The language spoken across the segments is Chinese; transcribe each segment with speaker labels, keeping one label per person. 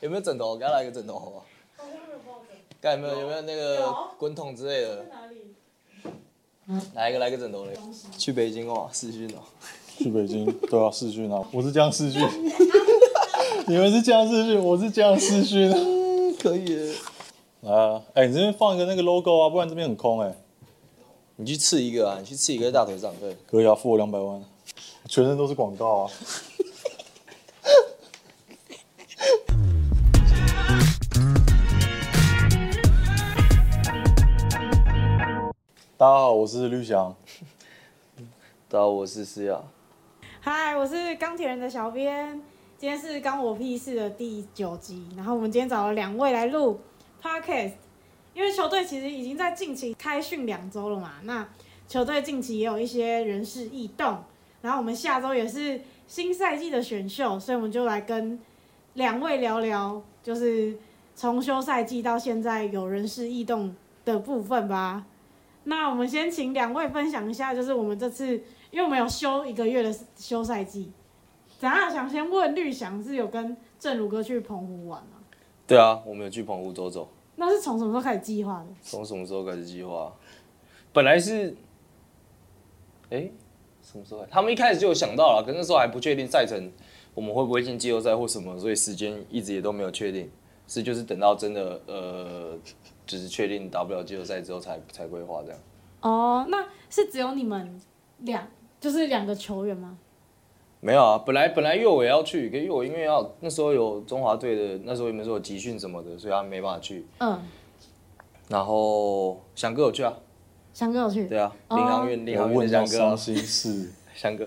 Speaker 1: 有没有枕头？给他来个枕头好不好？看有没有有没有那个滚筒之类的？
Speaker 2: 哪里？
Speaker 1: 来一个来一个枕头嘞？去北京哦，试训哦。
Speaker 3: 去北京都要试训啊，我是这样试训， 你们是这样试训，我是这样试训啊。
Speaker 1: 嗯，可以耶。
Speaker 3: 啊，哎、你这边放一个那个 logo 啊，不然这边很空哎、
Speaker 1: 你去刺一个啊，你去刺一个大腿上，对。
Speaker 3: 可以啊，付我两百万，全身都是广告啊。大家好，我是绿翔。
Speaker 1: 大家好，我啊是思雅。
Speaker 2: 嗨，我是钢铁人的小编，今天是《关我屁事》的第九集，然后我们今天找了两位来录 podcast，因为球队其实已经在近期开训两周了嘛，那球队近期也有一些人事异动，然后我们下周也是新赛季的选秀，所以我们就来跟两位聊聊，就是从休赛季到现在有人事异动的部分吧。那我们先请两位分享一下，就是我们这次。因为我们有休一个月的休赛季。怎样？想先问绿翔是有跟正如哥去澎湖玩吗？
Speaker 1: 对啊，我们有去澎湖走走。
Speaker 2: 那是从什么时候开始计划的？
Speaker 1: 从什么时候开始计划？本来是，哎、什么时候开？他们一开始就有想到了，可那时候还不确定赛程我们会不会进季后赛或什么，所以时间一直也都没有确定。是就是等到真的呃，就是确定打不了季后赛之后才才规划这样。
Speaker 2: 哦，那是只有你们两，就是两个球员吗？
Speaker 1: 没有啊，本来本来岳伟要去，可是岳伟因为要那时候有中华队的，那时候有没有说有集训什么的，所以他没办法去。
Speaker 2: 嗯，
Speaker 1: 然后翔哥有去啊，
Speaker 2: 翔哥有去。
Speaker 1: 对啊，
Speaker 2: 哦
Speaker 1: 领航员领
Speaker 3: 我
Speaker 1: 航员
Speaker 3: 问
Speaker 1: 的
Speaker 3: 到
Speaker 1: 翔哥啊
Speaker 3: 伤，心事，
Speaker 1: 翔哥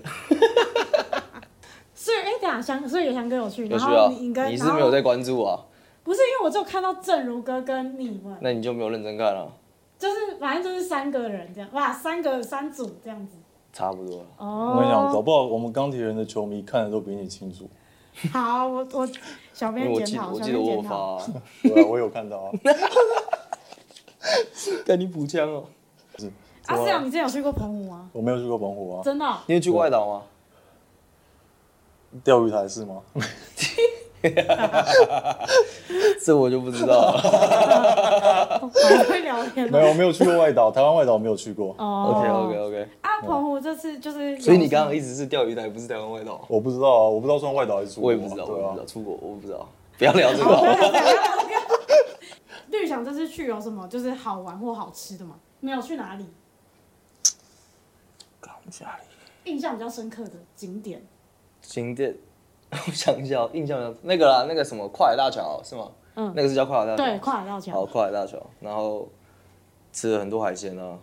Speaker 2: 所以，哎、等一下翔，所以有翔哥有去，
Speaker 1: 有
Speaker 2: 然
Speaker 1: 去啊
Speaker 2: 后，你你跟
Speaker 1: 你是
Speaker 2: 然后
Speaker 1: 没有在关注啊？
Speaker 2: 不是因为我就看到正如哥跟你们，
Speaker 1: 那你就没有认真看了、
Speaker 2: 就是反正就是三个人这样，哇，三个三组这样子。
Speaker 1: 差不多了。
Speaker 2: 哦，
Speaker 3: 我跟你讲，搞不好我们钢铁人的球迷看的都比你清楚。
Speaker 2: 好，我我小
Speaker 1: 因为
Speaker 2: 编
Speaker 1: 我
Speaker 2: 检
Speaker 1: 记
Speaker 2: 讨，
Speaker 1: 我
Speaker 2: 小
Speaker 1: 记得
Speaker 2: 编
Speaker 1: 我有
Speaker 2: 检
Speaker 1: 发、
Speaker 2: 讨。
Speaker 1: 啊，
Speaker 3: 对啊，我有看到啊。
Speaker 1: 跟你补枪哦。
Speaker 2: 阿四啊阳，你之前有去过澎湖吗？
Speaker 3: 我没有去过澎湖啊，
Speaker 2: 真的哦、
Speaker 1: 你有去过外岛吗？
Speaker 3: 钓鱼台是吗？
Speaker 1: 这我就不知道了。
Speaker 2: 哦好会聊天
Speaker 3: 没
Speaker 2: 哦。
Speaker 3: 有，我没有去过外 岛，台湾外岛没有去过。
Speaker 2: 哦
Speaker 1: OK OK OK。
Speaker 2: 啊，澎湖这次就是，
Speaker 1: 所以你刚刚一直是钓鱼台，不是台湾外岛？
Speaker 3: 我不知道啊，我不知道算外岛还是出国
Speaker 1: 我
Speaker 3: 啊。
Speaker 1: 也不知道，我也不知
Speaker 3: 对
Speaker 1: 道
Speaker 3: 啊，
Speaker 1: 出国我不知道。不要聊这个
Speaker 2: 好
Speaker 1: 好
Speaker 2: 我
Speaker 1: 不
Speaker 2: 们
Speaker 1: 好。
Speaker 2: 聊 聊聊绿翔这次去有什么就是好玩或好吃的吗？没有去哪里？印象比较深刻的景点，
Speaker 1: 景点，我想一下哦，印象比较那个啦，那个什么跨海大桥是吗？
Speaker 2: 嗯
Speaker 1: 那个是叫跨海大桥。
Speaker 2: 对，跨海大
Speaker 1: 好，
Speaker 2: 桥，
Speaker 1: 跨海大桥，然后吃了很多海鲜啊，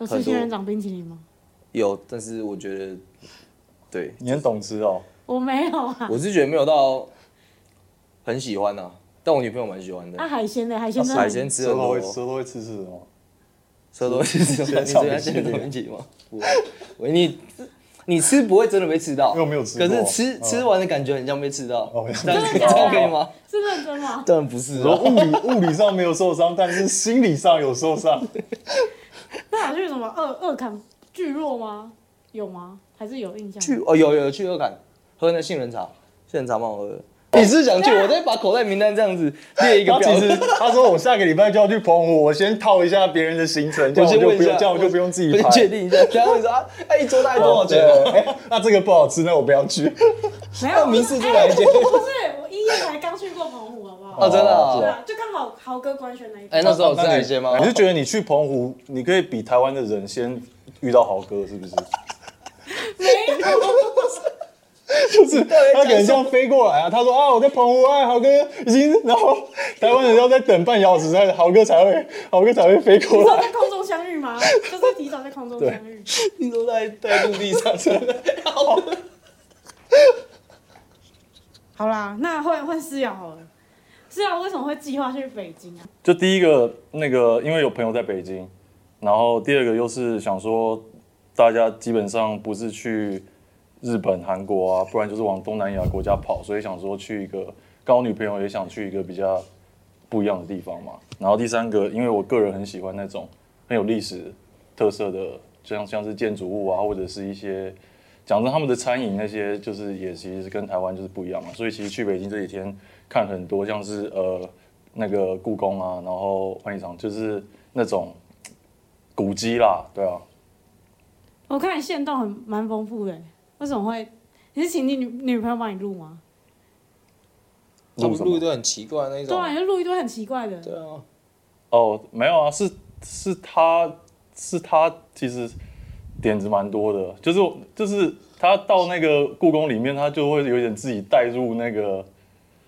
Speaker 2: 有吃仙人掌冰淇淋吗？
Speaker 1: 有，但是我觉得，对，
Speaker 3: 你很懂吃哦。
Speaker 2: 我没有啊。
Speaker 1: 我是觉得没有到很喜欢啊，但我女朋友蛮喜欢的。
Speaker 2: 啊，海鲜嘞，海鲜真的
Speaker 1: 哦海
Speaker 2: 很
Speaker 1: 鲜吃
Speaker 3: 舌
Speaker 1: 很
Speaker 3: 头
Speaker 1: 多
Speaker 3: 会，舌头会刺刺的哦吗？
Speaker 1: 舌头是什么？你昨天吃东西吗？不会，我你你吃不会真的被吃到，
Speaker 3: 因为我没有吃过
Speaker 1: 可是吃吃完的感觉很像被吃到，
Speaker 3: 哦，
Speaker 1: 这样
Speaker 2: 真的假的
Speaker 1: 这样可以吗？
Speaker 2: 是认真吗？
Speaker 1: 当然不是
Speaker 3: 你
Speaker 1: 哦
Speaker 3: 说，物理 物理上没有受伤，但是心理上有受 伤。
Speaker 2: 那有去什么二二坎聚落吗？有吗？还是有印象？
Speaker 1: 去哦有有去二坎喝那杏仁茶，杏仁茶蛮好
Speaker 3: 哦
Speaker 1: 喝的。你是不是想去？我再把口袋名单这样子列一个
Speaker 3: 他
Speaker 1: 表
Speaker 3: 其。实 他说我下个礼拜就要去澎湖，我先套一下别人的行程，这样我
Speaker 1: 先
Speaker 3: 就
Speaker 1: 问
Speaker 3: 不
Speaker 1: 一
Speaker 3: 用
Speaker 1: 下，
Speaker 3: 这样我就不用自己
Speaker 1: 我先
Speaker 3: 排。
Speaker 1: 确定一下。然后你说啊，哎，一桌大概多少
Speaker 3: 对
Speaker 1: 钱啊？
Speaker 3: 哎那这个不好吃，那我不要去。
Speaker 2: 没有，
Speaker 1: 民宿就来一间
Speaker 2: 哎不是，我一月才刚去过澎湖，好不好？
Speaker 1: 哦，真的
Speaker 3: 是
Speaker 1: 哦。
Speaker 2: 啊，就刚好豪哥官宣那一天。
Speaker 1: 哎，那时候有吃
Speaker 3: 那你
Speaker 1: 海鲜吗？
Speaker 3: 你是觉得你去澎湖，你可以比台湾的人先遇到豪哥，是不是？
Speaker 2: 没有，
Speaker 3: 就是 他可能
Speaker 1: 讲
Speaker 3: 这
Speaker 1: 什
Speaker 3: 样飞过来啊，他说啊我在澎湖啊，豪哥已经，然后台湾人要再等半小时，才豪哥才会，豪哥才会飞
Speaker 2: 你
Speaker 3: 过
Speaker 2: 说
Speaker 3: 来。
Speaker 2: 在空中相遇吗？就是提早在空中相遇。
Speaker 1: 你都在在 陆地上吃，好
Speaker 2: 好啦，那换换思瑶好了。思瑶为什么会计划去北京啊？
Speaker 3: 就第一个那个，因为有朋友在北京，然后第二个又是想说，大家基本上不是去日本、韩国啊，不然就是往东南亚国家跑，所以想说去一个，刚好女朋友也想去一个比较不一样的地方嘛。然后第三个，因为我个人很喜欢那种很有历史特色的，就像像是建筑物啊，或者是一些讲真，他们的餐饮那些就是也其实是跟台湾就是不一样嘛，所以其实去北京这几天看很多像是呃那个故宫啊，然后欢迎场就是那种古迹啦，对啊，
Speaker 2: 我看你线动很蛮丰富的，欸为什么会？你是请你女女朋友帮你录吗？
Speaker 1: 他
Speaker 3: 录
Speaker 1: 们
Speaker 3: 什
Speaker 1: 录
Speaker 3: 么
Speaker 1: 一？段很奇怪那一
Speaker 2: 对
Speaker 1: 种
Speaker 2: 啊，，你就录一堆很奇怪的。
Speaker 1: 对啊，
Speaker 3: 哦，没有啊，是是他是他其实点子蛮多的，就是我就是他到那个故宫里面，他就会有点自己带入那个。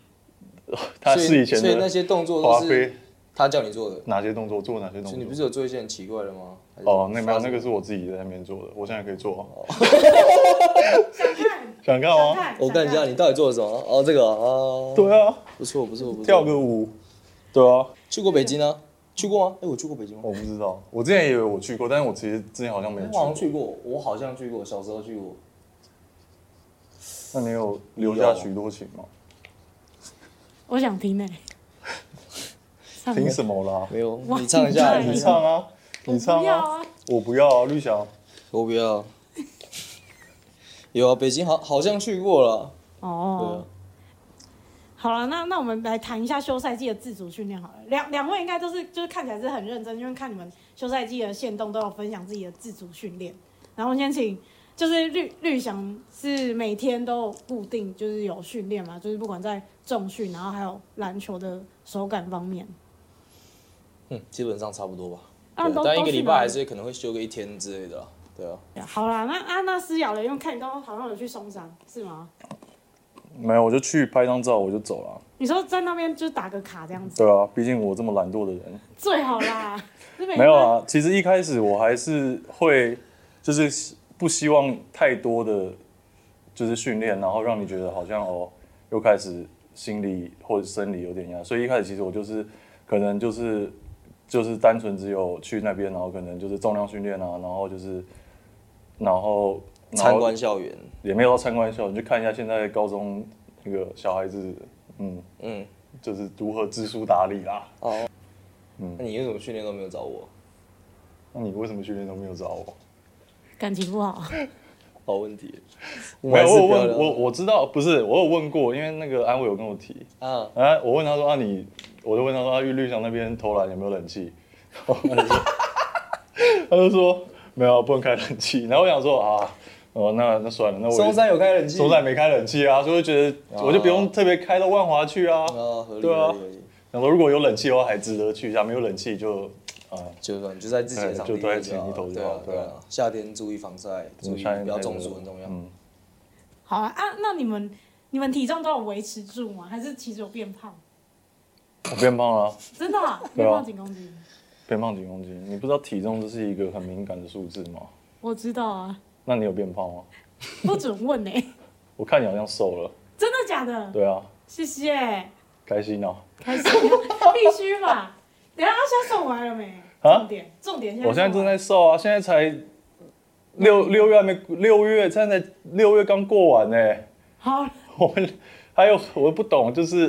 Speaker 3: 呃他
Speaker 1: 所以
Speaker 3: 是以前
Speaker 1: 所以那
Speaker 3: 的
Speaker 1: 些动作
Speaker 3: 华
Speaker 1: 都
Speaker 3: 妃
Speaker 1: 是他叫你做的，
Speaker 3: 哪些动作做哪些动
Speaker 1: 所以
Speaker 3: 作
Speaker 1: 你不，是有做一些很奇怪的吗？还是
Speaker 3: 哦，那没有，
Speaker 1: 发生
Speaker 3: 那个是我自己在那边做的，我现在可以做啊。
Speaker 2: 想看，
Speaker 3: 想看
Speaker 2: 想
Speaker 3: 吗？
Speaker 2: 看。
Speaker 1: 哦我看一下你到底做了什么哦，这个哦，
Speaker 3: 对啊，
Speaker 1: 不错不错不错，
Speaker 3: 跳个舞。对啊，
Speaker 1: 去过北京啊？去过吗？哎，我去过北京吗？
Speaker 3: 哦我不知道，我之前也以为我去过，但是我其实之前好像没有
Speaker 1: 我好像
Speaker 3: 去过。
Speaker 1: 去过，我好像去过，小时候去过。
Speaker 3: 那你有留下许多情吗？
Speaker 2: 我想听呢、欸。
Speaker 3: 凭什么 啦？
Speaker 1: 没有，
Speaker 2: 哇
Speaker 1: 你唱一下，
Speaker 2: 你
Speaker 3: 你
Speaker 1: 你
Speaker 3: 唱
Speaker 1: 唱，
Speaker 3: 啊， 你
Speaker 2: 不
Speaker 3: 唱
Speaker 2: 要
Speaker 3: 啊，
Speaker 2: 啊！
Speaker 3: 我不要啊，绿翔。
Speaker 1: 我不要。 有啊，北京好好像去过了。对
Speaker 2: 哦
Speaker 1: 啊，，
Speaker 2: 好了，那那我们来谈一下休赛季的自主训练好了。两两位应该都是就是看起来是很认真，因为看你们休赛季的线动都有分享自己的自主训练。然后我先请，就是绿绿翔是每天都有固定就是有训练嘛，就是不管在重训，然后还有篮球的手感方面，
Speaker 1: 嗯，基本上差不多吧。
Speaker 2: 啊
Speaker 1: 对
Speaker 2: 都
Speaker 1: 但
Speaker 2: 都
Speaker 1: 一个
Speaker 2: 去
Speaker 1: 礼
Speaker 2: 哪
Speaker 1: 拜还
Speaker 2: 里
Speaker 1: 是可能会休个一天之类的啦。对啊，
Speaker 2: 好啦，那啊那思瑶嘞，因为看你都好像有去松山，是吗？
Speaker 3: 没有，我就去拍张照，我就走了。啊
Speaker 2: 你说在那边就打个卡这样子
Speaker 3: 对啊，毕竟我这么懒惰的人。
Speaker 2: 最好 啦，是每
Speaker 3: 没有
Speaker 2: 个人
Speaker 3: 啊，其实一开始我还是会，就是不希望太多的，就是训练，然后让你觉得好像哦，又开始心理或者生理有点压，所以一开始其实我就是可能就是就是单纯只有去那边，然后可能就是重量训练啊，然后就是然后然
Speaker 1: 参
Speaker 3: 后
Speaker 1: 观校园，
Speaker 3: 也没有到参观校，你去看一下现在高中那个小孩子，嗯，
Speaker 1: 嗯，
Speaker 3: 就是如何知书达理啦。
Speaker 1: 哦，
Speaker 3: 嗯
Speaker 1: 那你为什么训练都没有找我？
Speaker 3: 那你为什么训练都没有找我？
Speaker 2: 感情不好，
Speaker 1: 好问题。
Speaker 3: 没有，
Speaker 1: 还是
Speaker 3: 我有
Speaker 1: 不要聊
Speaker 3: 问我我知道不是，我有问过，因为那个安伟有跟我提，
Speaker 1: 啊，
Speaker 3: 啊，我问他说啊你，我就问他说啊，玉绿翔那边投篮有没有冷气？ 然后他就说他就说没有，不能开冷气。然后我想说啊，哦那那算了，那我
Speaker 1: 松山有开冷气。
Speaker 3: 松山没开冷气啊，所以我觉得我就不用特别开到万华去啊。
Speaker 1: 啊，合理
Speaker 3: 对啊
Speaker 1: 合理合理，
Speaker 3: 然后如果有冷气的话，还值得去一下；没有冷气就啊，
Speaker 1: 就算就在自己的场地
Speaker 3: 哎对就都在
Speaker 1: 就好
Speaker 3: 自己投就
Speaker 1: 对
Speaker 3: 好
Speaker 1: 啊对
Speaker 3: 对
Speaker 1: 啊
Speaker 3: 啊，嗯
Speaker 1: 夏天注意防晒，注意
Speaker 3: 夏天
Speaker 1: 不要
Speaker 3: 太
Speaker 1: 中
Speaker 3: 热
Speaker 1: 暑
Speaker 3: 了
Speaker 1: 很嗯重要。
Speaker 3: 嗯，
Speaker 2: 好啊啊！那你们你们体重都有维持住吗？还是其实有变胖？
Speaker 3: 我变胖了啊、
Speaker 2: 真的、啊、
Speaker 3: 对
Speaker 2: 变
Speaker 3: 啊
Speaker 2: 胖几公斤？
Speaker 3: 变胖几公斤？你不知道体重这是一个很敏感的数字吗？
Speaker 2: 我知道啊，
Speaker 3: 那你有变胖吗？
Speaker 2: 不准问呢、
Speaker 3: 我看你好像瘦了，
Speaker 2: 真的假的？
Speaker 3: 对啊，
Speaker 2: 谢谢，
Speaker 3: 开心哦。
Speaker 2: 开心，必须嘛！ 等一下现在送完了没？
Speaker 3: 啊
Speaker 2: 重点重点，
Speaker 3: 我现在正
Speaker 2: 在
Speaker 3: 在瘦啊，现在才六六月还没六月，现在才六月刚过完呢、
Speaker 2: 好
Speaker 3: 我们还有我不懂，就是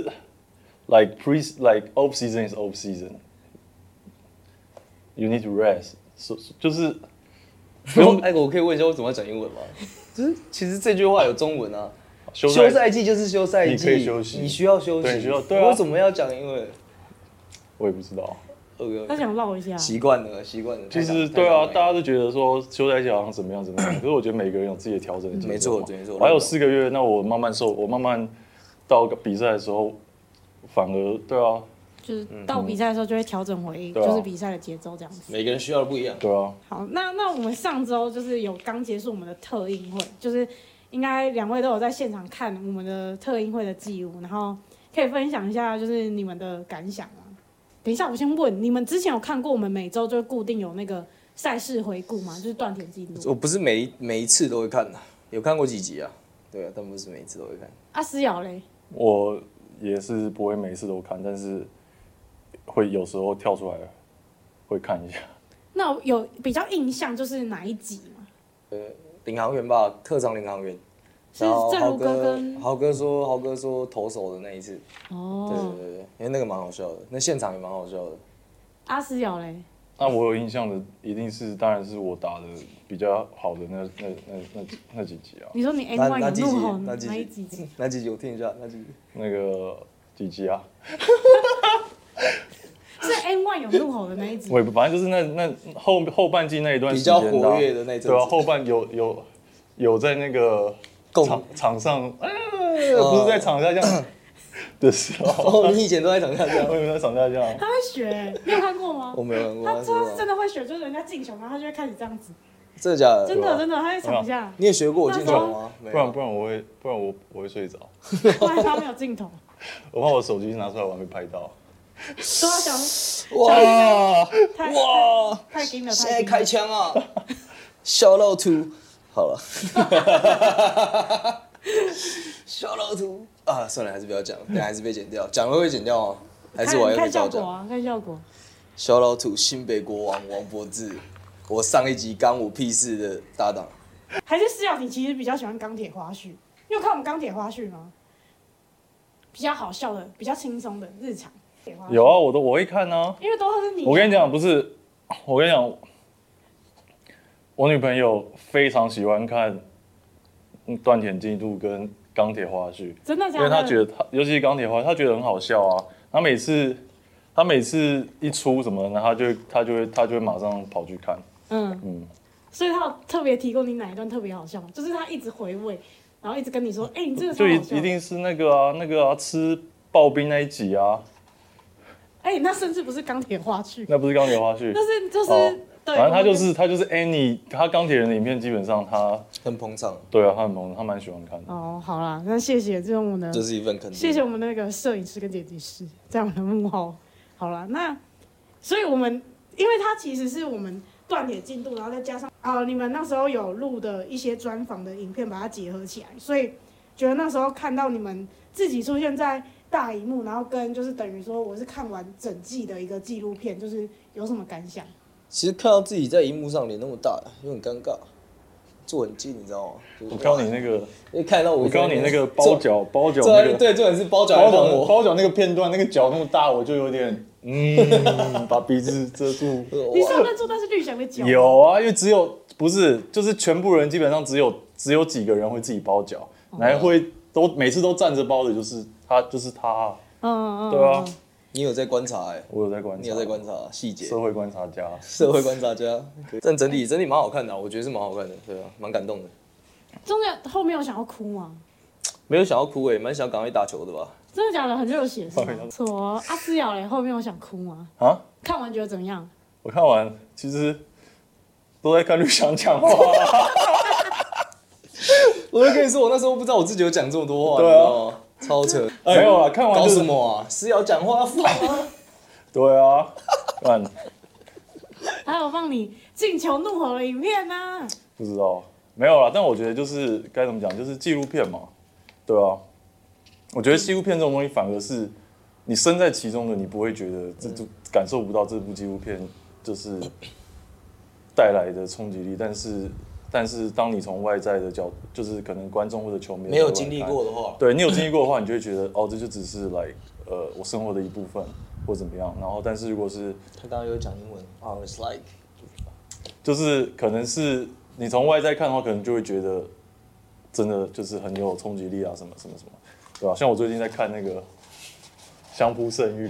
Speaker 3: like pre like off season is off season。You need to rest，so, 就是
Speaker 1: 我哎，我可以问一下，为什么要讲英文吗？就是其实这句话有中文啊，
Speaker 3: 休
Speaker 1: 休赛季就是休赛季，
Speaker 3: 你可以休息
Speaker 1: 你需要休息，
Speaker 3: 对你需要对啊
Speaker 1: 为什么要讲英文？
Speaker 3: 我也不知道，
Speaker 2: 他
Speaker 1: OK，
Speaker 2: 想绕一下，
Speaker 1: 习惯了，习惯了，
Speaker 3: 就是对啊，大
Speaker 1: 家
Speaker 3: 家都觉得说休赛季好像怎么样怎 么样，可是我觉得每个人有自己的调整的节奏
Speaker 1: 嗯
Speaker 3: 嘛。
Speaker 1: 没错对没错
Speaker 3: 我还有四个月，那我慢慢瘦，我慢慢到比赛的时候，反而对啊，
Speaker 2: 就是到比赛的时候就会调整回，
Speaker 3: 对啊
Speaker 2: 就是比赛的节奏这样子。
Speaker 1: 每个人需要的不一样。
Speaker 3: 对啊，
Speaker 2: 好，那那我们上周就是有刚结束我们的特映会，就是应该两位都有在现场看我们的特映会的记录，然后可以分享一下就是你们的感想吗？等一下，我先问你们之前有看过我们每周就固定有那个赛事回顾吗？就是断点记录。
Speaker 1: 我不是每一每一次都会看的，有看过几集啊？对啊，但不是每一次都会看。
Speaker 2: 啊，思瑶嘞，
Speaker 3: 我也是不会每次都看，但是会有时候跳出来会看 一下。
Speaker 2: 那有比较印象就是哪一集吗？
Speaker 1: 呃领航员吧，客场领航员。
Speaker 2: 是
Speaker 1: 然后
Speaker 2: 正
Speaker 1: 豪
Speaker 2: 如哥
Speaker 1: 哥
Speaker 2: 跟，
Speaker 1: 豪哥说，豪哥说投手的那一次，对对
Speaker 2: 哦，
Speaker 1: 对对，因为那个蛮好笑的，那现场也蛮好笑的。
Speaker 2: 啊阿思瑶嘞，
Speaker 3: 那我有印象的一定是，当然是我打的比较好的那那那那那几集啊，
Speaker 2: 你哎说你 N
Speaker 1: 那
Speaker 2: one
Speaker 1: 那
Speaker 2: 有
Speaker 1: 几
Speaker 2: 怒
Speaker 1: 集
Speaker 2: 吼
Speaker 1: 那
Speaker 2: 哪
Speaker 1: 几
Speaker 2: 一
Speaker 1: 集
Speaker 2: 集？
Speaker 1: 那几集我听一下，那几集
Speaker 3: 那个几集啊，
Speaker 2: 是 N one 有怒吼的那一集
Speaker 3: 我。也不，反正就是那那后后半季那一段
Speaker 1: 比
Speaker 3: 时间
Speaker 1: 较
Speaker 3: 啊
Speaker 1: 活跃的那阵子
Speaker 3: 对啊，后半有有有在那个
Speaker 1: 共哦
Speaker 3: 场场上，啊不是在场下 这样的时候，
Speaker 1: 哦，你以前都在场下这样，
Speaker 3: 我以为在场下这样，
Speaker 1: 啊
Speaker 2: 他会学，你有看过吗
Speaker 1: 我？没有玩过，
Speaker 2: 他
Speaker 1: 但是
Speaker 2: 他是真
Speaker 1: 我
Speaker 2: 的会学，就是人家进球，然后他就会开始这样子，
Speaker 1: 真的假的？
Speaker 2: 真的真的，他会吵架，
Speaker 1: 你也学过我进球吗？没
Speaker 3: 不然
Speaker 1: 有，
Speaker 3: 不然我会不然我我会睡着，
Speaker 1: 啊
Speaker 2: 不然他没有镜头，
Speaker 3: 我怕我手机拿出来我还没拍到。
Speaker 2: 都要想
Speaker 1: 哇
Speaker 2: 太
Speaker 1: 哇，
Speaker 2: 太惊了，
Speaker 1: 现
Speaker 2: 太
Speaker 1: 在
Speaker 2: 惊了
Speaker 1: 开。枪 啊小老 u 好了，小老 u 啊，算了，还是不要讲，等下还是被剪掉，讲了会剪掉吗？哦还是我
Speaker 2: 看
Speaker 1: 要被
Speaker 2: 看
Speaker 1: 照
Speaker 2: 效果
Speaker 1: 讲？
Speaker 2: 啊，看效果。
Speaker 1: 小老 u 新北国王王柏志，我上一集干我屁事的搭档，
Speaker 2: 还是施耀你其实比较喜欢钢铁花絮，你有看我们钢铁花絮吗？比较好笑的，比较轻松的日常。铁花絮
Speaker 3: 有，啊，我都我会看啊。
Speaker 2: 因为都是你。
Speaker 3: 我跟你讲，不是，我跟你讲，我女朋友非常喜欢看嗯断田进度跟钢铁花絮，
Speaker 2: 真的假的？
Speaker 3: 因为她觉得她，尤其是钢铁花絮，她觉得很好笑啊。她每次她每次一出什么，然后她就会她就会她就会马上跑去看。
Speaker 2: 嗯
Speaker 3: 嗯，
Speaker 2: 所以他有特别提供你哪一段特别好笑，就是他一直回味，然后一直跟你说，哎、你这个超
Speaker 3: 就一
Speaker 2: 好笑。
Speaker 3: 一。定是那个啊那个啊吃刨冰那一集啊，
Speaker 2: 哎、那甚至不是钢铁花絮，
Speaker 3: 那不是钢铁花絮。
Speaker 2: 那是就是、
Speaker 3: 哦
Speaker 2: 对，
Speaker 3: 反正他
Speaker 2: 我
Speaker 3: 就
Speaker 2: 们
Speaker 3: 是他就是 Annie，他钢铁人的影片基本上他
Speaker 1: 很捧场，
Speaker 3: 对啊，他很萌，他蛮喜欢看的。
Speaker 2: 哦，好啦，那谢谢这种我的
Speaker 1: 这是一份肯定。
Speaker 2: 谢谢我们那个摄影师跟剪辑师，在我们的幕后。好了，那所以我们，因为它其实是我们断点进度，然后再加上啊、呃你们那时候有录的一些专访的影片，把它结合起来，所以觉得那时候看到你们自己出现在大荧幕，然后跟就是等于说我是看完整季的一个纪录片，就是有什么感想？
Speaker 1: 其实看到自己在荧幕上脸那么大，有点尴尬，坐很近，你知道吗？就是
Speaker 3: 我告诉你那个，
Speaker 1: 因为看到我，
Speaker 3: 我告诉你那个包脚包脚
Speaker 1: 坐，
Speaker 3: 那
Speaker 1: 这
Speaker 3: 个
Speaker 1: 对，这人是包脚来
Speaker 3: 包
Speaker 1: 帮
Speaker 3: 脚
Speaker 1: 我，
Speaker 3: 包脚那个片段，那个脚那么大，我就有点嗯， 把鼻子遮住。
Speaker 2: 你
Speaker 1: 哇
Speaker 2: 上半做但是绿翔的脚，
Speaker 3: 有啊，因为只有不是就是全部人基本上只有只有几个人会自己包脚，来会都每次都站着包的，就是他就是他。
Speaker 2: 嗯，嗯嗯，
Speaker 3: 对啊，
Speaker 1: 你有在观察哎，
Speaker 3: 我有在观察，
Speaker 1: 你有在观察细节，
Speaker 3: 社会观察家。
Speaker 1: 社会观察家。但整体整体蛮好看的啊，我觉得是蛮好看的，对啊，蛮感动的。
Speaker 2: 中间后面有想要哭吗？
Speaker 1: 没有想要哭哎，蛮想赶快打球的吧？
Speaker 2: 真的假的？很热血是吗？错哦，阿思瑶嘞，后面有想哭吗？
Speaker 3: 啊，
Speaker 2: 看完觉得怎么样？
Speaker 3: 我看完其实都在看绿翔讲话。啊
Speaker 1: 我就跟你说，我那时候不知道我自己有讲这么多话，
Speaker 3: 对
Speaker 1: 你
Speaker 3: 啊
Speaker 1: 知道吗？超扯， 哎
Speaker 3: 没有啦，看完
Speaker 1: 搞
Speaker 3: 就是
Speaker 1: 什么啊？是要讲话放啊？
Speaker 3: 对啊，看
Speaker 2: 还有放你进球怒吼的影片呢、
Speaker 3: 不知道，没有啦。但我觉得就是该怎么讲，就是纪录片嘛，对啊。我觉得纪录片这种东西，反而是你身在其中的，你不会觉得这就感受不到这部纪录片就是 带来的冲击力。但是，但是当你从外在的角，就是可能观众或者球迷的
Speaker 1: 没有
Speaker 3: 角度来
Speaker 1: 经历
Speaker 3: 看
Speaker 1: 过的 话，
Speaker 3: 对你有经历过的话，你就会觉得哦，这就只是来呃我生活的一部分或怎么样。然后，但是如果是
Speaker 1: 他刚刚有讲英文啊，it's like。
Speaker 3: 就是可能是你从外在看的话，可能就会觉得真的就是很有冲击力啊，什么什么什么，对吧、像我最近在看那个《相扑圣域》，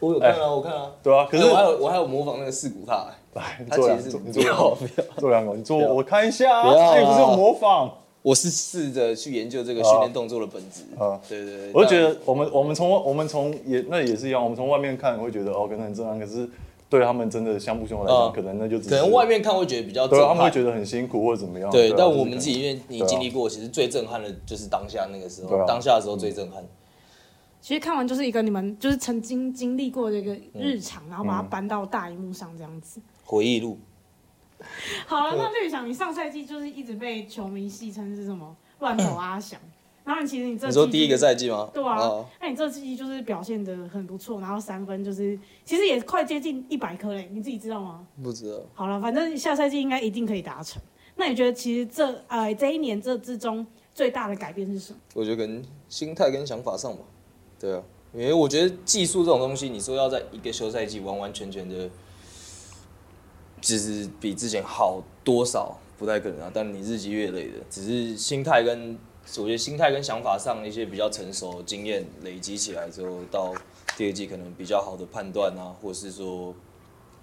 Speaker 1: 我有看啊，我看啊。
Speaker 3: 对哎啊，可是、
Speaker 1: 哎我还有我还有模仿那个四股踏、欸
Speaker 3: 来，你
Speaker 1: 他
Speaker 3: 做两
Speaker 1: 其实
Speaker 3: 做你
Speaker 1: 不
Speaker 3: 做啊两
Speaker 1: 要
Speaker 3: 个
Speaker 1: 不要，
Speaker 3: 做两个，你做
Speaker 1: 不要
Speaker 3: 我看一下
Speaker 1: 不要
Speaker 3: 啊，
Speaker 1: 啊
Speaker 3: 哎，你不是有模仿，
Speaker 1: 我是试着去研究这个训练动作的本质。
Speaker 3: 啊
Speaker 1: 对对对，
Speaker 3: 哦我就觉得我们我们从我们从也那也是一样，我们从外面看会觉得哦，可能很正常，可是对他们真的相扑兄来讲，
Speaker 1: 嗯
Speaker 3: 可能那就只是
Speaker 1: 可能外面看会觉得比较震
Speaker 3: 对啊
Speaker 1: 撼，
Speaker 3: 他们会觉得很辛苦或者怎么样，
Speaker 1: 对
Speaker 3: 啊
Speaker 1: 但
Speaker 3: 就是
Speaker 1: 我
Speaker 3: 可
Speaker 1: 们
Speaker 3: 能
Speaker 1: 自己因为你
Speaker 3: 对啊
Speaker 1: 经历过，其实最震撼的就是当下那个时候，
Speaker 3: 对啊
Speaker 1: 当下的时候最震撼。
Speaker 2: 其实看完就是一个你们就是曾经经历过的一个日
Speaker 1: 嗯
Speaker 2: 常，然后把它搬到大荧幕上这样子。
Speaker 1: 回忆录，
Speaker 2: 好了，那绿翔，你上赛季就是一直被球迷戏称是什么乱头阿翔，然啊后你其实你这
Speaker 1: 你说
Speaker 2: 季
Speaker 1: 第一个
Speaker 2: 就是
Speaker 1: 赛季吗？
Speaker 2: 对啊
Speaker 1: 哦，
Speaker 2: 那你这季就是表现的很不错，然后三分就是其实也快接近一百颗嘞，你自己知道吗？
Speaker 1: 不知道。
Speaker 2: 好了，反正下赛季应该一定可以达成。那你觉得其实这呃这一年这之中最大的改变是什么？
Speaker 1: 我觉得跟心态跟想法上吧，对啊，因为我觉得技术这种东西，你说要在一个休赛季完完全全的其实比之前好多少，不太可能啊。但你日积月累的，只是心态跟我觉得心态跟想法上一些比较成熟经验累积起来之后，到第二季可能比较好的判断啊，或是说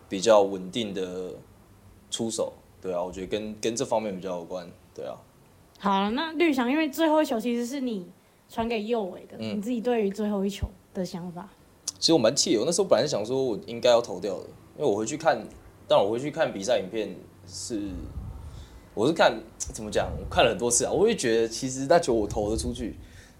Speaker 1: 比较稳定的出手，对啊，我觉得跟跟这方面比较有关，对啊。
Speaker 2: 好了，那绿翔，因为最后一球其实是你传给右尾的，
Speaker 1: 嗯
Speaker 2: 你自己对于最后一球的想法？
Speaker 1: 其实我蛮气的，我那时候本来想说我应该要投掉的，因为我回去看，但我回去看比赛影片是，我是看怎么讲，我看了很多次啊，我就觉得其实那球我投得出去，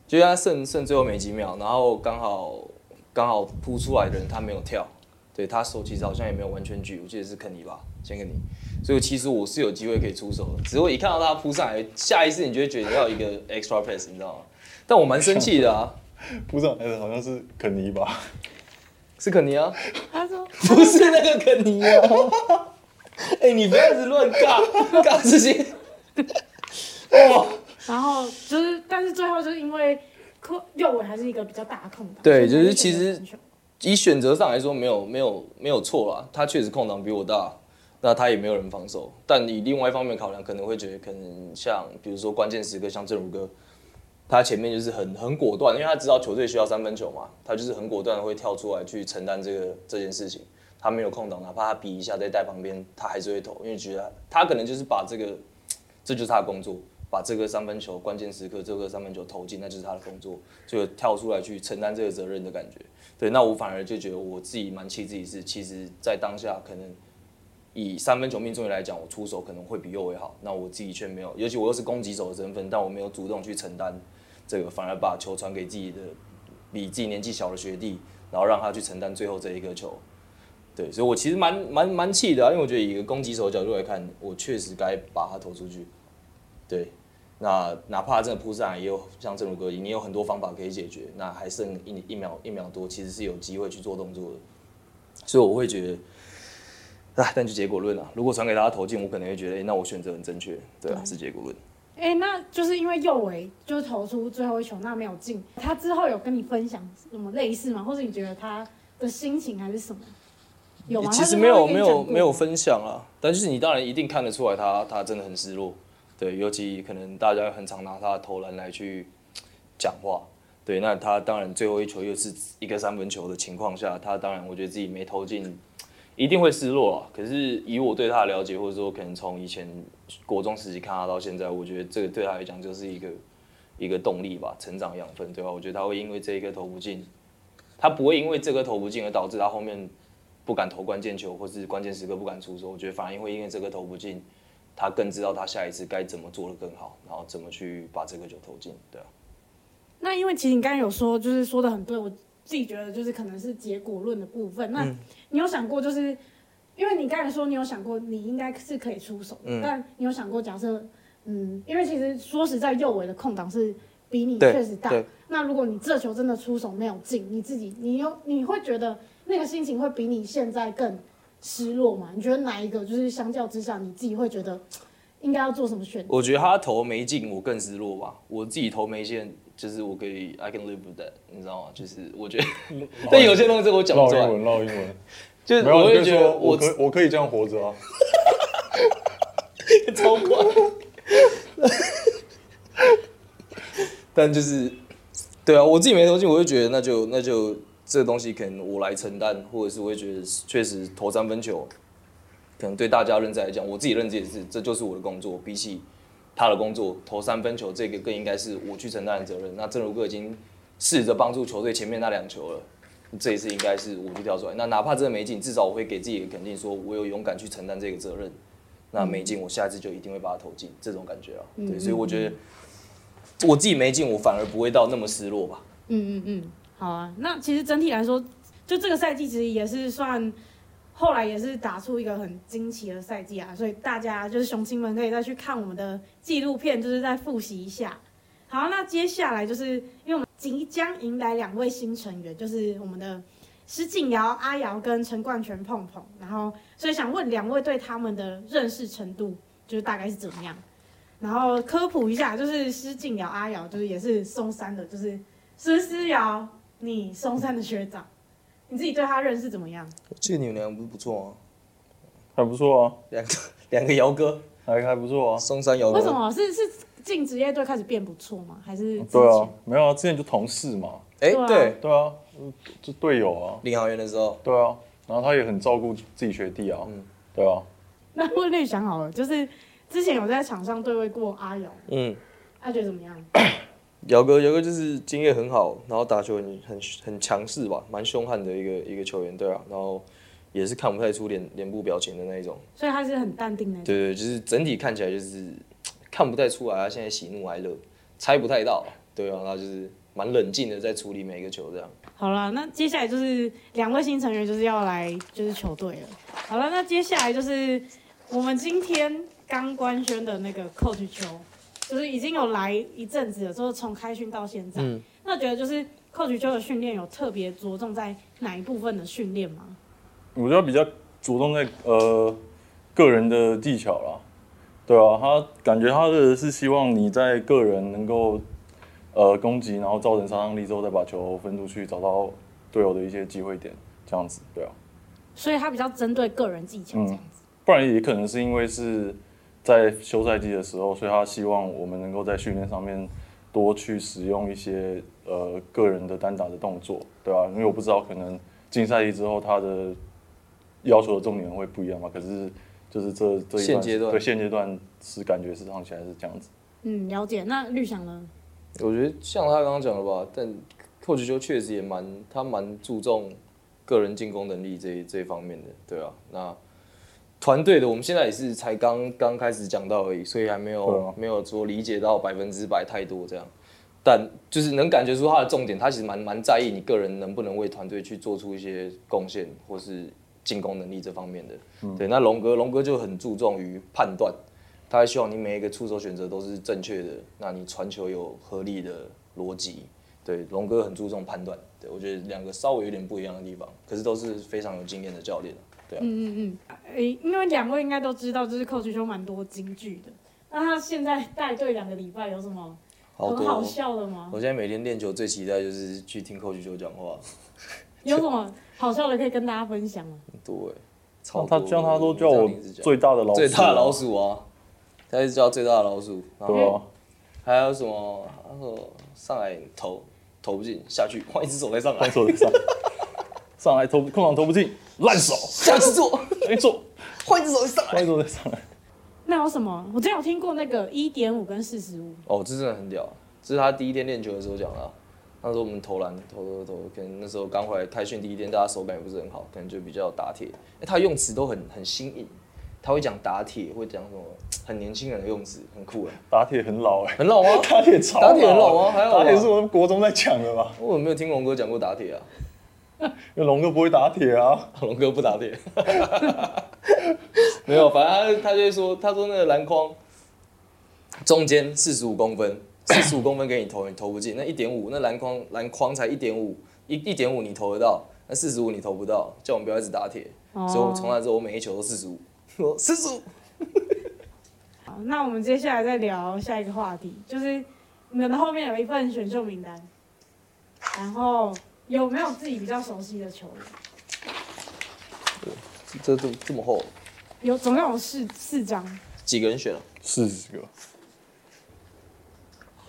Speaker 1: 就他剩剩最后没几秒，然后刚好刚好扑出来的人他没有跳，对他手其实好像也没有完全举，我记得是肯尼吧，先肯尼，所以其实我是有机会可以出手的，只是我一看到他扑上来，下意识你就会觉得要一个 extra pass，你知道吗？但我蛮生气的啊，
Speaker 3: 部长哎，好像是肯尼吧？
Speaker 1: 是肯尼啊。
Speaker 2: 他 说
Speaker 1: 不是那个肯尼啊！哎、你不要一直乱尬尬这些。哦哇，
Speaker 2: 然后就是，但是最后就是因为空右尾还是一个比较大的空档。
Speaker 1: 对
Speaker 2: 所以
Speaker 1: 就是其实
Speaker 2: 没有选择球
Speaker 1: 以选择上来说，没有没有没有错啦，他确实空档比我大，那他也没有人防守。但以另外一方面考量，可能会觉得可能像比如说关键时刻，像正如哥，他前面就是很很果断，因为他知道球队需要三分球嘛，他就是很果断的会跳出来去承担这个这件事情。他没有空档，哪怕他比一下在带旁边，他还是会投，因为觉得他可能就是把这个，这就是他的工作，把这个三分球关键时刻这个三分球投进，那就是他的工作，就跳出来去承担这个责任的感觉。对，那我反而就觉得我自己蛮气自己是，其实在当下可能以三分球命中率来讲，我出手可能会比右卫好，那我自己却没有，尤其我又是攻击手的身份，但我没有主动去承担这个，反而把球传给自己的比自己年纪小的学弟，然后让他去承担最后这一个球。对，所以我其实蛮蛮蛮气的、啊，因为我觉得以一个攻击手的角度来看，我确实该把它投出去。对，那哪怕真的扑上来，也有像正如哥，你有很多方法可以解决。那还剩一一秒一秒多，其实是有机会去做动作的。所以我会觉得，啊，但就结果论啊，如果传给他投进，我可能会觉得，哎、那我选择很正确，对啊，是结果论。
Speaker 2: 哎、那就是因为右尾就是投出最后一球，那没有进。他之后有跟你分享什么类似吗？或者你觉得他的心情还是什么？有吗？
Speaker 1: 其实
Speaker 2: 他
Speaker 1: 没有
Speaker 2: 是不
Speaker 1: 没
Speaker 2: 是会跟你讲
Speaker 1: 有
Speaker 2: 过
Speaker 1: 没有分享啊，但是你当然一定看得出来他他真的很失落，对，尤其可能大家很常拿他的投篮来去讲话，对，那他当然最后一球又是一个三分球的情况下，他当然我觉得自己没投进，一定会失落啊。可是以我对他的了解，或者说可能从以前国中时期看他到现在，我觉得这个对他来讲就是一个一个动力吧，成长养分，对吧？我觉得他会因为这一个投不进，他不会因为这个投不进而导致他后面不敢投关键球，或是关键时刻不敢出手。我觉得反而会因为这个投不进，他更知道他下一次该怎么做的更好，然后怎么去把这个球投进，对啊。
Speaker 2: 那因为其实你刚刚有说，就是说的很对，我自己觉得就是可能是结果论的部分。
Speaker 1: 嗯
Speaker 2: 那你有想过，就是因为你刚才说你有想过，你应该是可以出手的，
Speaker 1: 嗯
Speaker 2: 但你有想过，假设嗯，因为其实说实在，右尾的空档是比你
Speaker 1: 对
Speaker 2: 确实大
Speaker 1: 对。
Speaker 2: 那如果你这球真的出手没有进，你自己你有你会觉得那个心情会比你现在更失落吗？你觉得哪一个就是相较之下，你自己会觉得应该要做什么选择？
Speaker 1: 我觉得他投没进，我更失落吧。我自己投没进，就是我可以 I can live with that，你知道吗？就是我觉得， 但有些东西我讲不
Speaker 3: 绕
Speaker 1: 出
Speaker 3: 英
Speaker 1: 来，
Speaker 3: 文，绕英文。
Speaker 1: 就是
Speaker 3: 没有，啊
Speaker 1: 我
Speaker 3: 你
Speaker 1: 会觉
Speaker 3: 就
Speaker 1: 得
Speaker 3: 说我
Speaker 1: 我
Speaker 3: 可我可以这样活着啊。
Speaker 1: 超快。但就是，对啊，我自己没投进，我会觉得那就那就这东西可能我来承担，或者是我会觉得确实投三分球，可能对大家认知来讲，我自己认知也是，这就是我的工作。比起他的工作，投三分球这个更应该是我去承担的责任。那正如哥已经试着帮助球队前面那两球了。这一次应该是我去跳出来，那哪怕真的没进，至少我会给自己一个肯定，说我有勇敢去承担这个责任。那没进，我下一次就一定会把它投进，这种感觉啊。
Speaker 2: 嗯
Speaker 1: 对，所以我觉得我自己没进，我反而不会到那么失落吧。
Speaker 2: 嗯嗯嗯，好啊。那其实整体来说，就这个赛季其实也是算后来也是打出一个很惊奇的赛季啊，所以大家就是雄青们可以再去看我们的纪录片，就是再复习一下。好，那接下来就是因为我们即将迎来两位新成员，就是我们的施敬尧、阿瑶跟陈冠泉、碰碰，然后所以想问两位对他们的认识程度，就是大概是怎么样？然后科普一下，就是施敬尧、阿瑶，就是也是松山的，就是施思瑶，你松山的学长，你自己对他认识怎么样？
Speaker 1: 我记得你们两个不是不错吗？
Speaker 3: 还不错啊，
Speaker 1: 两个两个姚哥，哦
Speaker 3: 还还不错啊。
Speaker 1: 松山姚
Speaker 2: 为什
Speaker 1: 哥。
Speaker 2: 么？是是进职业队开始变不错吗？还是之
Speaker 3: 对啊
Speaker 2: 前，
Speaker 3: 没有啊，之前就同事嘛，
Speaker 1: 哎、
Speaker 2: 对啊
Speaker 1: 对，
Speaker 3: 对啊，嗯就队友啊，
Speaker 1: 领航员的时候，
Speaker 3: 对啊，然后他也很照顾自己学弟啊，对啊，
Speaker 2: 那问绿翔好了，就是之前有在场上对位过阿勇，
Speaker 1: 嗯，
Speaker 2: 他觉得怎么样？
Speaker 1: 姚哥，姚哥就是经验很好，然后打球很很很强势吧，蛮凶悍的一个一个球员，对啊，然后也是看不太出脸脸部表情的那一种，
Speaker 2: 所以他是很淡定的。
Speaker 1: 对对，就是整体看起来就是看不太出来他现在喜怒哀乐，猜不太到，对啊，他就是蛮冷静的在处理每一个球这样。
Speaker 2: 好了，那接下来就是两位新成员就是要来就是球队了。好了，那接下来就是我们今天刚官宣的那个 coach 球，就是已经有来一阵子了，就是从开训到现在。
Speaker 1: 嗯
Speaker 2: 那觉得就是 coach 球的训练有特别着重在哪一部分的训练吗？
Speaker 3: 我觉得比较着重在呃个人的技巧啦，对啊，他感觉他的是希望你在个人能够呃攻击，然后造成杀伤力之后，再把球分出去，找到队友的一些机会点，这样子，对啊，
Speaker 2: 所以他比较针对个人技巧这样子。
Speaker 3: 不然也可能是因为是在休赛季的时候，所以他希望我们能够在训练上面多去使用一些呃个人的单打的动作，对吧、因为我不知道可能竞赛季之后他的要求的重点会不一样嘛，可是就是这这一段
Speaker 1: 现阶段
Speaker 3: 对现阶段是感觉是上起来是这样子，
Speaker 2: 嗯，了解。那绿翔呢？
Speaker 1: 我觉得像他刚刚讲的吧，但 coach 就确实也蛮他蛮注重个人进攻能力这一这一方面的，对啊。那团队的我们现在也是才刚刚开始讲到而已，所以还没
Speaker 3: 对
Speaker 1: 有、
Speaker 3: 啊
Speaker 1: 没有说理解到百分之百太多这样。但就是能感觉出他的重点，他其实蛮蛮在意你个人能不能为团队去做出一些贡献，或是进攻能力这方面的。
Speaker 3: 嗯
Speaker 1: 对，那龙哥龙哥就很注重于判断，他还希望你每一个出手选择都是正确的，那你传球有合理的逻辑。对，龙哥很注重判断，对我觉得两个稍微有点不一样的地方，可是都是非常有经验的教练，对啊，
Speaker 2: 嗯嗯嗯，诶，因为两位应该都知道，就是寇 o 兄蛮多京剧的。那他现在带队两个礼拜，有什么
Speaker 1: 好
Speaker 2: 很
Speaker 1: 多
Speaker 2: 好
Speaker 1: 哦。
Speaker 2: 笑的吗？
Speaker 1: 我现在每天练球最期待就是去听 coach 球讲话，
Speaker 2: 有什么好笑的可以跟大家分享吗？
Speaker 1: 对，超
Speaker 3: 像他
Speaker 1: 多
Speaker 3: 像他都
Speaker 1: 的
Speaker 3: 叫
Speaker 1: 这样
Speaker 3: 我
Speaker 1: 一直讲
Speaker 3: 最大的老鼠啊
Speaker 1: 最大的老，鼠啊，他一直叫最大的老鼠，然后
Speaker 3: 对啊，
Speaker 1: 还有什么？他说上来投投不进，下去换一只手再上
Speaker 3: 换
Speaker 1: 来，
Speaker 3: 手上上来投空档投不进，烂手，
Speaker 1: 下去做，
Speaker 3: 没错，
Speaker 1: 换一只手再上来。
Speaker 3: 换手再上来，
Speaker 2: 那有什么？我之前有听过那个一点五跟四十五，
Speaker 1: 哦，这真的很屌，这是他第一天练球的时候讲的啊、那时候我们投篮投投投，可能那时候刚回来开训第一天，大家手感也不是很好，可能就比较打铁。哎、他用词都很很新颖，他会讲打铁，会讲什么很年轻人的用词，很酷哎、
Speaker 3: 打铁很老哎、
Speaker 1: 很老吗？
Speaker 3: 打铁超
Speaker 1: 打铁很老吗还啊好吧
Speaker 3: 打铁是我们国中在抢的吧？
Speaker 1: 我有没有听龙哥讲过打铁啊？
Speaker 3: 因为龙哥不会打铁啊，
Speaker 1: 龙哥不打铁， 没有，反正他他就会说，他说那个篮筐中间四十五公分，四十五公分给你投，你投不进，那一点五，那篮筐篮筐才一点五，一一点五你投得到，那四十五你投不到，叫我们不要一直打铁，
Speaker 2: 哦
Speaker 1: 所以我从那之后我每一球都四十五，我四十五，
Speaker 2: 好，那我们接下来再聊下一个话题，就是你们的后面有一份选秀名单，然后有没有自己比较熟悉的球员？
Speaker 1: 这这这么厚，
Speaker 2: 有总共有四四张，
Speaker 1: 几个人选啊？
Speaker 3: 四十个，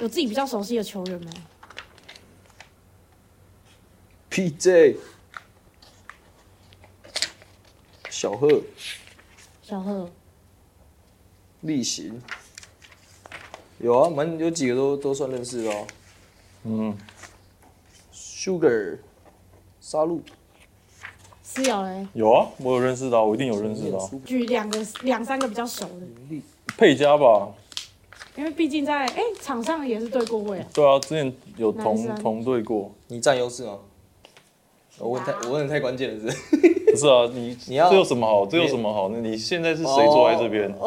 Speaker 2: 有自己比较熟悉的球员没？
Speaker 1: PJ，小贺，
Speaker 2: 小贺，
Speaker 1: 例行，有啊，蛮有几个都都算认识的哦。
Speaker 3: 嗯，
Speaker 1: Sugar，沙鹿，
Speaker 2: 思瑶嘞，
Speaker 3: 有啊，我有认识的啊、我一定有认识
Speaker 1: 念
Speaker 3: 的啊、
Speaker 1: 书
Speaker 2: 举两个两三个比较熟的，
Speaker 3: 佩嘉吧，
Speaker 2: 因为毕竟在哎场上也是对过位啊。
Speaker 3: 对啊，之前有
Speaker 2: 男
Speaker 3: 同
Speaker 2: 生
Speaker 3: 同队过，
Speaker 1: 你占优势吗？我问太，我问的太关键了，是不 是？
Speaker 3: 不是啊，你
Speaker 1: 你要
Speaker 3: 这有什么好？这有什么好？那你现在是谁坐在这边？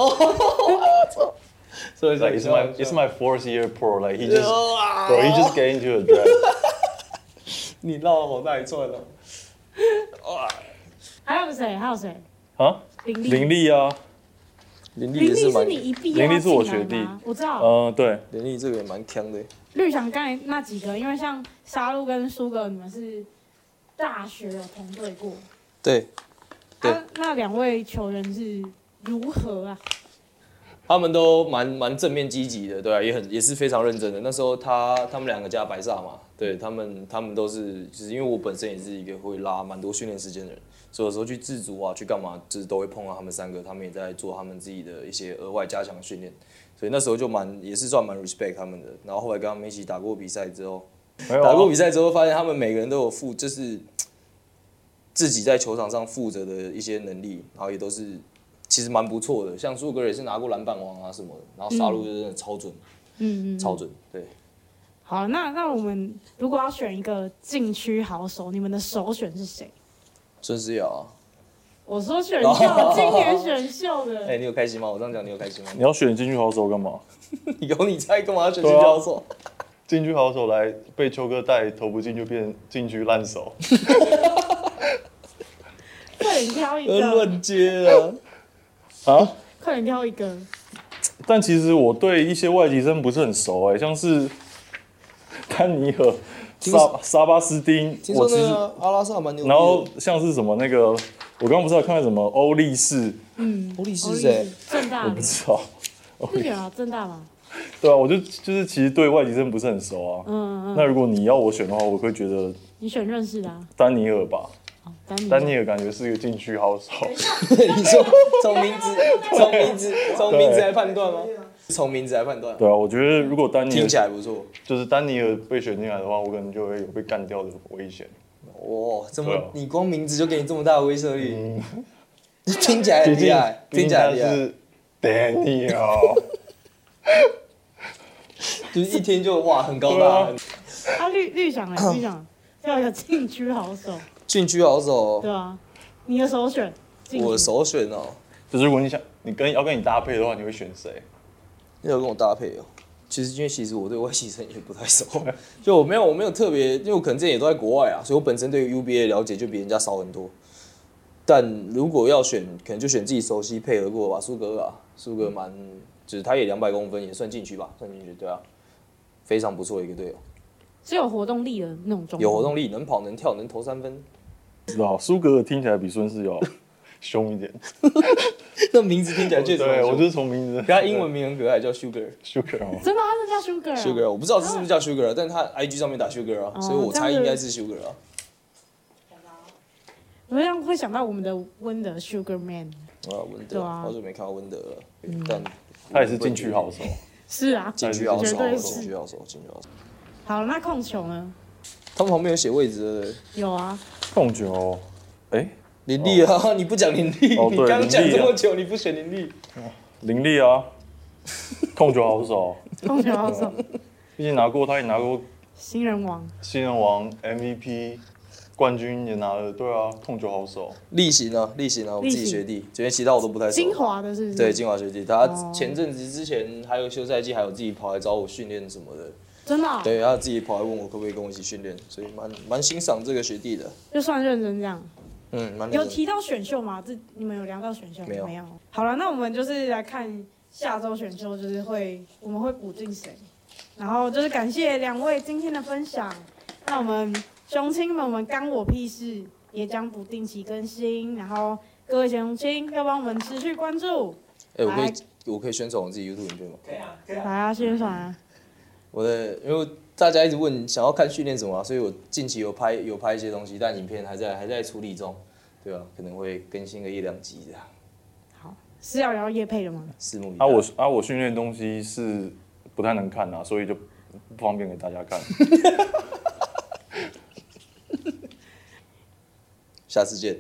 Speaker 1: 所以
Speaker 3: Like it's my it's my fourth year pro. Like he just
Speaker 1: Oh
Speaker 3: bro, he
Speaker 1: 哇，
Speaker 3: just get into a draft.
Speaker 1: 你绕了好大一串哦。
Speaker 2: 还有谁？还有谁？
Speaker 3: 啊，
Speaker 2: 林立，
Speaker 3: 林立啊，
Speaker 1: 林立
Speaker 2: 林
Speaker 1: 也
Speaker 2: 立是
Speaker 1: 蛮，
Speaker 2: 你一毕业
Speaker 3: 林立
Speaker 2: 要
Speaker 3: 是我
Speaker 2: 进来
Speaker 3: 学弟
Speaker 2: 吗我知
Speaker 1: 啊
Speaker 2: 道。
Speaker 3: 呃，对，
Speaker 1: 林立这个也蛮强的。
Speaker 2: 绿翔刚才那几个，因为像沙鹿跟苏格，你们是大学有同队过，
Speaker 1: 对，对
Speaker 2: 啊，那两位球员是如何啊？
Speaker 1: 他们都蛮蛮正面积极的，对、啊，也很也是非常认真的。那时候他他们两个加白萨嘛，对他们他们都是，就是因为我本身也是一个会拉蛮多训练时间的人，所以有时候去自足啊，去干嘛，就是都会碰到他们三个，他们也在做他们自己的一些额外加强训练，所以那时候就蛮也是算蛮 respect 他们的。然后后来跟他们一起打过比赛之后，
Speaker 3: 没有啊
Speaker 1: 打过比赛之后发现他们每个人都有负，就是自己在球场上负责的一些能力，然后也都是其实蛮不错的。像苏格尔也是拿过篮板王啊什么的，然后杀戮就真的超准，
Speaker 2: 嗯嗯，
Speaker 1: 超准。对，
Speaker 2: 好，那那我们如果要选一个禁区好手，你们的首选是谁？
Speaker 1: 孙思瑶啊，
Speaker 2: 我说选秀，今年选秀
Speaker 3: 嗯
Speaker 1: 哎、
Speaker 2: 的，
Speaker 1: 你有开心吗？我这样讲你有开 心吗？
Speaker 3: 你要选进去好手干嘛？
Speaker 1: 有你在干嘛要选新教授？
Speaker 3: 啊进去好手来被秋哥带投不进就变禁区烂手，
Speaker 2: 快点挑一个，
Speaker 1: 乱接啊！
Speaker 3: 啊！
Speaker 2: 快点挑一个。
Speaker 3: 但其实我对一些外籍生不是很熟哎、像是 丹尼尔、沙沙巴斯丁，
Speaker 1: 听
Speaker 3: 我
Speaker 1: 说
Speaker 3: 其
Speaker 1: 那
Speaker 3: 实
Speaker 1: 个阿拉萨蛮牛逼的，
Speaker 3: 然后像是什么那个，我刚刚不是有看到什么欧力士，
Speaker 2: 嗯，
Speaker 1: 欧力士是
Speaker 2: 欧力
Speaker 1: 谁
Speaker 2: 士？正大
Speaker 3: 我不知道，
Speaker 2: 不远啊，正大嘛。
Speaker 3: 对啊，我就就是其实对外籍生不是很熟啊。
Speaker 2: 嗯嗯，
Speaker 3: 那如果你要我选的话，我会觉得
Speaker 2: 你选认识的啊，
Speaker 3: 丹尼尔吧，
Speaker 2: 好，丹
Speaker 1: 嗯
Speaker 2: 尼。
Speaker 3: 丹尼尔感觉是一个禁区好手。
Speaker 1: 哎 你说从名字、从名字、从名字来判断吗？从名字来判断，
Speaker 3: 啊对啊，我觉得如果丹尼
Speaker 1: 听起
Speaker 3: 尔
Speaker 1: 来不错。
Speaker 3: 就是丹尼尔被选进来的话，我可能就会有被干掉的危险。
Speaker 1: 哇，这
Speaker 3: 对啊
Speaker 1: 么你光名字就给你这么大的威慑力， 听起来很厉害，嗯
Speaker 3: 毕
Speaker 1: 听
Speaker 3: 竟
Speaker 1: 起来
Speaker 3: 他
Speaker 1: 很厉害，
Speaker 3: 是哦 Daniel，
Speaker 1: 就是一听就哇很高
Speaker 3: 对
Speaker 1: 大
Speaker 3: 啊。
Speaker 1: 很
Speaker 2: 啊，绿绿想哎，绿想挑一个禁区好手，
Speaker 1: 禁区好手哦
Speaker 2: 对，啊，你的首选。禁区
Speaker 1: 我首选哦，
Speaker 3: 就是如果你想你跟要跟你搭配的话，你会选谁？
Speaker 1: 你有跟我搭配哦。其实因为其实我对外籍生也不太熟， 就我没有我没有特别，因为我可能之前也都在国外啊，所以我本身对于 UBA 的了解就比人家少很多。但如果要选，可能就选自己熟悉配合过吧。苏格尔啊，苏格尔蛮就是他也两百公分，也算禁区吧，算禁区对啊，非常不错的一个队友，
Speaker 2: 是有活动力的那种中锋，
Speaker 1: 有活动力，能跑能跳能投三分，
Speaker 3: 知道苏格尔听起来比孙世尧 凶一点。
Speaker 1: 那名字听起来确实蛮
Speaker 3: 哦对，
Speaker 1: 凶，
Speaker 3: 我就是从名字。
Speaker 1: 可他英文名很可爱，叫 Sugar。
Speaker 3: Sugar 吗？
Speaker 2: 真的，他是叫 Sugar 啊。
Speaker 1: Sugar，我不知道是不是叫 Sugar，但他 IG 上面打 Sugar 啊，
Speaker 2: 哦
Speaker 1: 所以我猜应该是 Sugar 啊。
Speaker 2: 我这样会想到我们的温的 Sugar Man。
Speaker 1: 啊，温
Speaker 2: 对
Speaker 1: 德，
Speaker 2: 啊嗯
Speaker 1: 好久没看到温德了，但
Speaker 3: 他也是禁区好手。
Speaker 2: 是啊。
Speaker 1: 禁区好手
Speaker 2: 绝对，是
Speaker 1: 禁区好手，禁区好手。
Speaker 2: 好，那控球呢？
Speaker 1: 他们旁边有写位置的，对不对
Speaker 2: 有啊，
Speaker 3: 控球，哎、
Speaker 1: 林立啊， 你不讲林立，
Speaker 3: 哦对
Speaker 1: 你刚讲
Speaker 3: 林立
Speaker 1: 这
Speaker 3: 啊
Speaker 1: 么久，你不选林立，
Speaker 3: 林立啊，控球好手，
Speaker 2: 控球好 手，
Speaker 3: 毕竟拿过，他也拿过
Speaker 2: 新人王。
Speaker 3: 新人王 MVP 冠军，也拿了，对啊，控球好手。
Speaker 1: 例行啊，例行啊，我自己
Speaker 2: 例行
Speaker 1: 学弟，因为其他我都不太熟。
Speaker 2: 精华的是不是？
Speaker 1: 对，金华学弟，他
Speaker 2: 哦
Speaker 1: 前阵子之前还有休赛季，还有自己跑来找我训练什么的，
Speaker 2: 真的、啊
Speaker 1: 对，他自己跑来问我可不可以跟我一起训练，所以蛮蛮欣赏这个学弟的，
Speaker 2: 就算认真这样。
Speaker 1: 嗯，蛮认
Speaker 2: 有
Speaker 1: 真的
Speaker 2: 提到选秀吗？这你们有聊到选秀吗
Speaker 1: 没有
Speaker 2: 没有。好了，那我们就是来看下周选秀，就是会我们会补进谁，然后就是感谢两位今天的分享。那我们雄亲们，我们干我屁事也将不定期更新，然后各位雄亲要帮我们持续关注，
Speaker 1: 哎、我可
Speaker 2: 来
Speaker 1: 以我可以宣传我自己 YouTube 影片吗？
Speaker 2: 来啊宣传啊，
Speaker 1: 我的，因为大家一直问想要看训练什么、啊，所以我近期有拍有拍一些东西，但影片还在还在处理中，对吧、可能会更新个一两集这样，
Speaker 2: 是要聊叶配的吗？
Speaker 1: 拭目以待。
Speaker 3: 啊我啊我训练的东西是不太能看啊，所以就不方便给大家看。
Speaker 1: 下次见。